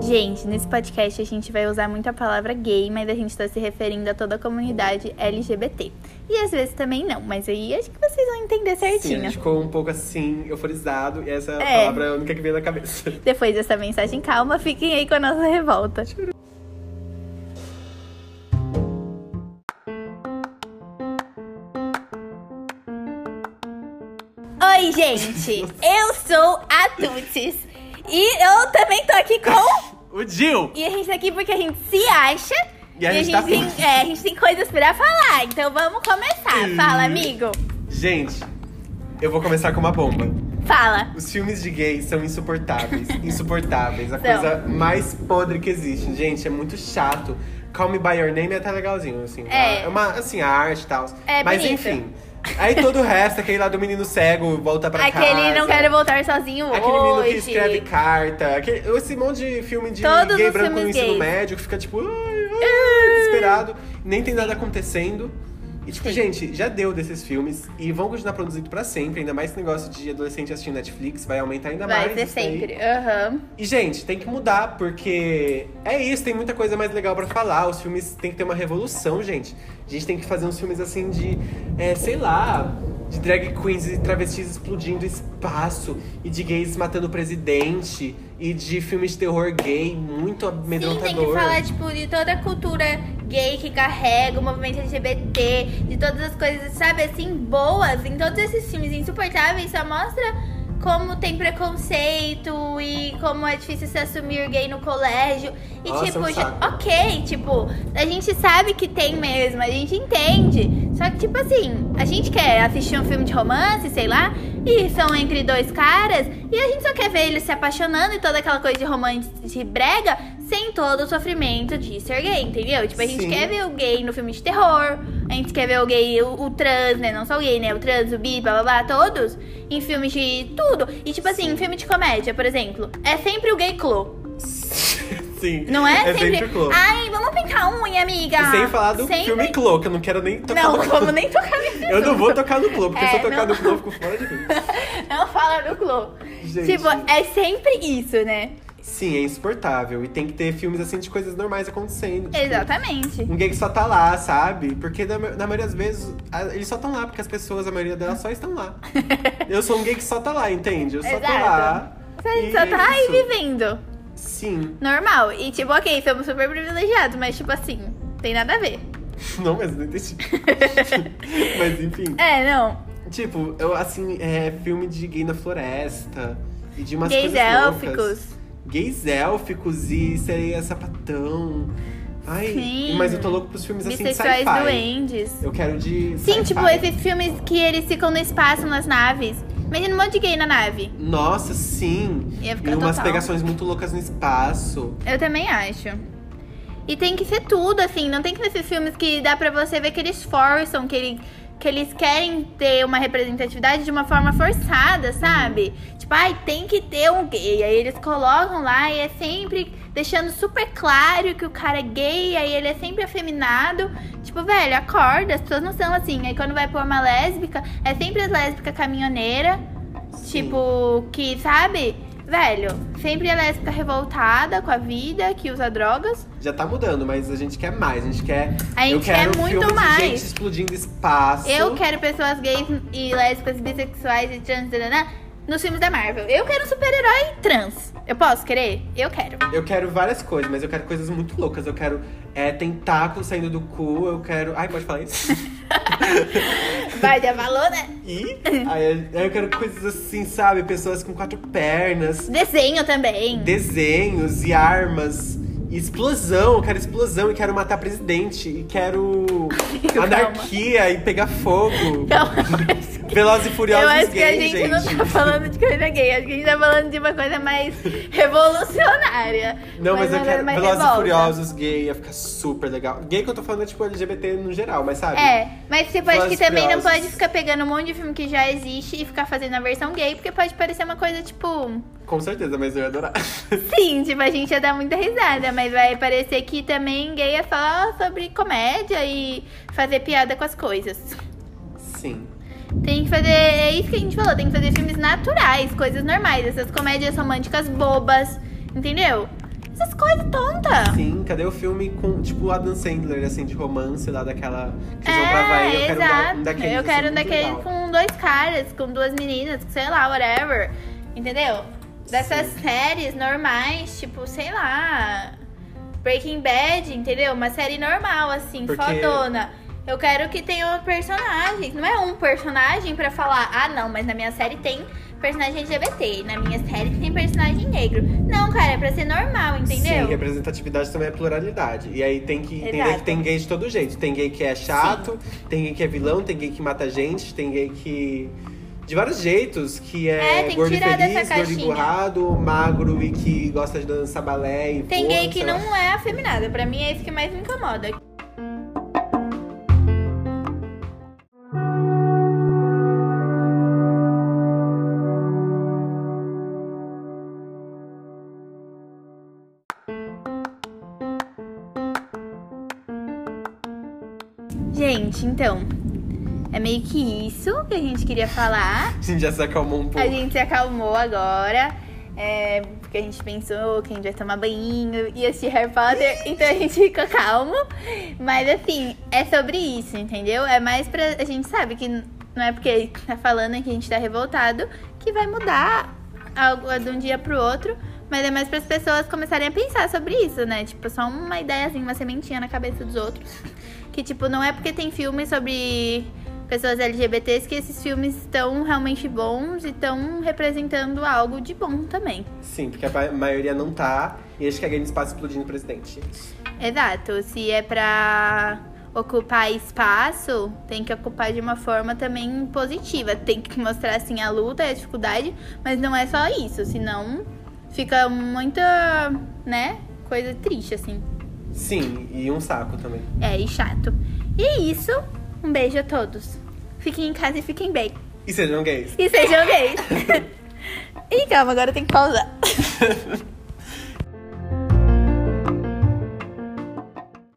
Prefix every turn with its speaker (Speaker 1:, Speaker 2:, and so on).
Speaker 1: Gente, nesse podcast a gente vai usar muito a palavra gay, mas a gente tá se referindo a toda a comunidade LGBT. E às vezes também não, mas aí acho que vocês vão entender
Speaker 2: Sim, a
Speaker 1: certinho.
Speaker 2: gente ficou um pouco assim, euforizado, e essa é a
Speaker 1: É.
Speaker 2: palavra única que veio na cabeça.
Speaker 1: Depois dessa mensagem calma, fiquem aí com a nossa revolta. Oi, gente! Eu sou a Tutsis e eu também tô aqui com.
Speaker 2: O Gil!
Speaker 1: E a gente tá aqui porque a gente se acha
Speaker 2: E a gente tá
Speaker 1: tem,
Speaker 2: afim.
Speaker 1: é, a gente tem coisas pra falar, então vamos começar. Fala, amigo!
Speaker 2: Gente, eu vou começar com uma bomba.
Speaker 1: Fala!
Speaker 2: Os filmes de gays são insuportáveis, insuportáveis. A
Speaker 1: São.
Speaker 2: coisa mais podre que existe. Gente, é muito chato. Call Me By Your Name é até legalzinho, assim.
Speaker 1: É.
Speaker 2: uma, assim, a arte e tal.
Speaker 1: É
Speaker 2: Mas
Speaker 1: bonito.
Speaker 2: enfim. Aí todo o resto, aquele lá do menino cego, volta pra casa.
Speaker 1: Aquele não quero voltar sozinho
Speaker 2: Aquele menino que
Speaker 1: hoje.
Speaker 2: escreve carta, aquele, esse monte de filme de
Speaker 1: Todos
Speaker 2: gay
Speaker 1: os
Speaker 2: branco no
Speaker 1: filmes
Speaker 2: ensino
Speaker 1: gays. É.
Speaker 2: médio que fica tipo, ai, ai, desesperado, nem tem nada acontecendo. E tipo,
Speaker 1: Sim.
Speaker 2: gente, já deu desses filmes e vão continuar produzindo pra sempre, ainda mais esse negócio de adolescente assistindo Netflix, vai aumentar ainda mais.
Speaker 1: Vai ser
Speaker 2: isso aí.
Speaker 1: sempre. Aham.
Speaker 2: E, gente, tem que mudar, porque é isso, tem muita coisa mais legal pra falar. Os filmes tem que ter uma revolução, gente. A gente tem que fazer uns filmes assim de, é, sei lá, de drag queens e travestis explodindo espaço, e de gays matando o presidente, e de filmes de terror gay muito
Speaker 1: Sim,
Speaker 2: amedrontador.
Speaker 1: tem que falar, tipo, de toda a cultura gay que carrega, o movimento LGBT, de todas as coisas, sabe, assim, boas. Em todos esses filmes insuportáveis, só mostra como tem preconceito e como é difícil se assumir gay no colégio. E,
Speaker 2: Nossa,
Speaker 1: tipo,
Speaker 2: um
Speaker 1: já-
Speaker 2: saco.
Speaker 1: ok, tipo, a gente sabe que tem mesmo, a gente entende. Só que, tipo assim, a gente quer assistir um filme de romance, sei lá, e são entre dois caras, e a gente só quer ver eles se apaixonando e toda aquela coisa de romance de brega, sem todo o sofrimento de ser gay, entendeu? Tipo, a gente
Speaker 2: Sim.
Speaker 1: quer ver o gay no filme de terror, a gente quer ver o gay, o, o trans, né? Não só o gay, né? O trans, o bi, blá blá blá, todos. Em filmes de tudo. E, tipo assim, em filme de comédia, por exemplo, é sempre o gay clou.
Speaker 2: Sim.
Speaker 1: Não é?
Speaker 2: É sempre clô.
Speaker 1: Ai, vamos pintar unha, amiga.
Speaker 2: E sem falar do
Speaker 1: Sempre-
Speaker 2: filme Clô, que eu não quero nem tocar
Speaker 1: Não,
Speaker 2: no Clô.
Speaker 1: vamos nem tocar nesse
Speaker 2: Eu não vou tocar no Clô, porque se
Speaker 1: É,
Speaker 2: eu tocar
Speaker 1: não.
Speaker 2: no Clô, eu fico fora de mim.
Speaker 1: Não fala do Clô.
Speaker 2: Gente.
Speaker 1: Tipo, é sempre isso, né?
Speaker 2: Sim, é insuportável. E tem que ter filmes assim de coisas normais acontecendo. tipo,
Speaker 1: Exatamente.
Speaker 2: Um gay que só tá lá, sabe? Porque na, ma- na maioria das vezes, a- eles só estão lá, porque as pessoas, a maioria delas, só estão lá. Eu sou um gay que só tá lá, entende? Eu só tô
Speaker 1: Exato.
Speaker 2: lá.
Speaker 1: Você
Speaker 2: E
Speaker 1: só tá aí
Speaker 2: isso.
Speaker 1: vivendo.
Speaker 2: Sim.
Speaker 1: Normal. E tipo, ok, somos super privilegiados, mas tipo assim, tem nada a ver.
Speaker 2: Não, mas não entendi. mas enfim.
Speaker 1: É, não.
Speaker 2: Tipo, eu assim, é filme de gay na floresta. E de umas
Speaker 1: Gays
Speaker 2: coisas loucas.
Speaker 1: élficos.
Speaker 2: Gays élficos e sereia sapatão. Ai,
Speaker 1: Sim.
Speaker 2: mas eu tô louco pros filmes assim de
Speaker 1: Bissexuais
Speaker 2: sci-fi.
Speaker 1: doentes.
Speaker 2: Eu quero de.
Speaker 1: Sim,
Speaker 2: sci-fi.
Speaker 1: tipo, esses filmes que eles ficam no espaço, nas naves. Imagina um monte de gay na nave.
Speaker 2: Nossa, sim.
Speaker 1: Ia
Speaker 2: E
Speaker 1: ficar
Speaker 2: umas
Speaker 1: total.
Speaker 2: pegações muito loucas no espaço.
Speaker 1: Eu também acho. E tem que ser tudo, assim. Não tem que ser esses filmes que dá pra você ver que eles forçam, que, ele- que eles querem ter uma representatividade de uma forma forçada, sabe? Tipo, ai, tem que ter um gay. Aí eles colocam lá e é sempre deixando super claro que o cara é gay, aí ele é sempre afeminado. Tipo, velho, acorda, as pessoas não são assim. Aí quando vai pôr uma lésbica, é sempre as lésbica caminhoneira.
Speaker 2: Sim.
Speaker 1: Tipo, que, sabe? Velho, sempre a lésbica revoltada com a vida, que usa drogas.
Speaker 2: Já tá mudando, mas a gente quer mais. A gente quer.
Speaker 1: A gente
Speaker 2: eu quero
Speaker 1: quer muito
Speaker 2: filme
Speaker 1: mais.
Speaker 2: De gente explodindo espaço.
Speaker 1: Eu quero pessoas gays e lésbicas, bissexuais e trans nananã, nos filmes da Marvel. Eu quero um super-herói trans. Eu posso querer? Eu quero.
Speaker 2: Eu quero várias coisas, mas eu quero coisas muito loucas. Eu quero é, tentáculo saindo do cu. Eu quero. Ai, pode falar isso?
Speaker 1: Vai, já falou, né?
Speaker 2: e. Aí eu- eu quero coisas assim, sabe? Pessoas com quatro pernas,
Speaker 1: Desenho também.
Speaker 2: desenhos e armas. E explosão, eu quero explosão e quero matar presidente. E quero
Speaker 1: Calma.
Speaker 2: anarquia e pegar fogo.
Speaker 1: Calma, eu acho que-
Speaker 2: Velozes e Furiosos
Speaker 1: eu acho que a
Speaker 2: gays,
Speaker 1: gente, não tá falando de coisa gay. Acho que a gente tá falando de uma coisa mais revolucionária.
Speaker 2: Não, mas, eu
Speaker 1: uma-
Speaker 2: quero
Speaker 1: é mais
Speaker 2: Velozes e
Speaker 1: revolta.
Speaker 2: Furiosos gay, ia ficar super legal. Gay que eu tô falando é tipo LGBT no geral, mas sabe?
Speaker 1: É, mas tipo, acho que
Speaker 2: Velozes e
Speaker 1: também não
Speaker 2: Furiosos.
Speaker 1: pode ficar pegando um monte de filme que já existe e ficar fazendo a versão gay, porque pode parecer uma coisa tipo.
Speaker 2: Com certeza, mas eu ia adorar.
Speaker 1: Sim, tipo, a gente ia dar muita risada, mas vai parecer que também gay é só sobre comédia e fazer piada com as coisas.
Speaker 2: Sim.
Speaker 1: Tem que fazer. É isso que a gente falou, tem que fazer filmes naturais, coisas normais, essas comédias românticas bobas, entendeu? Essas coisas tontas.
Speaker 2: Sim, cadê o filme com, tipo, Adam Sandler, assim, de romance lá daquela. Que eles vão pra Havaí, eu quero um da- um daqueles.
Speaker 1: É, eu
Speaker 2: assim,
Speaker 1: quero um
Speaker 2: muito
Speaker 1: daquele
Speaker 2: legal.
Speaker 1: com dois caras, com duas meninas, com, sei lá, whatever. Entendeu? Dessas
Speaker 2: Sim.
Speaker 1: séries normais, tipo, sei lá. Breaking Bad, entendeu? Uma série normal, assim,
Speaker 2: Porque-
Speaker 1: fodona. Eu quero que tenha um personagem. Não é um personagem pra falar, ah, não, mas na minha série tem personagem LGBT. Na minha série tem personagem negro. Não, cara, é pra ser normal, entendeu?
Speaker 2: Sim, representatividade também é pluralidade. E aí tem que entender
Speaker 1: Exato.
Speaker 2: que tem gay de todo jeito. Tem gay que é chato, tem gay que é vilão, tem gay que mata gente, tem gay que. De vários jeitos, que
Speaker 1: É,
Speaker 2: é,
Speaker 1: tem que
Speaker 2: gordo e
Speaker 1: tirar dessa
Speaker 2: feliz, gordo e
Speaker 1: caixinha.
Speaker 2: emburrado, magro e que gosta de dançar balé e
Speaker 1: Tem
Speaker 2: voa,
Speaker 1: gay que
Speaker 2: sei lá.
Speaker 1: não é afeminada. Pra mim é isso que mais me incomoda. Gente, então. É meio que isso que a gente queria falar.
Speaker 2: A gente já se acalmou um pouco.
Speaker 1: A gente se acalmou agora. é, porque a gente pensou que a gente vai tomar banho e assistir Harry Potter, então a gente fica calmo. Mas assim, é sobre isso, entendeu? É mais pra. A gente sabe que não é porque tá falando que a gente tá revoltado que vai mudar algo de um dia pro outro. Mas é mais para as pessoas começarem a pensar sobre isso, né? Tipo, só uma ideiazinha, uma sementinha na cabeça dos outros. Que, tipo, não é porque tem filme sobre pessoas LGBTs que esses filmes estão realmente bons e estão representando algo de bom também.
Speaker 2: Sim, porque a ma- maioria não tá. E acho que a Game Espaço explodindo o presidente. Isso.
Speaker 1: Exato. Se é pra ocupar espaço, tem que ocupar de uma forma também positiva. Tem que mostrar, assim, a luta e a dificuldade, mas não é só isso, senão fica muita, né, coisa triste, assim.
Speaker 2: Sim, e um saco também.
Speaker 1: É, e chato. E é isso. Um beijo a todos. Fiquem em casa e fiquem bem.
Speaker 2: E sejam gays.
Speaker 1: E sejam gays. Ih, calma, agora tem que pausar.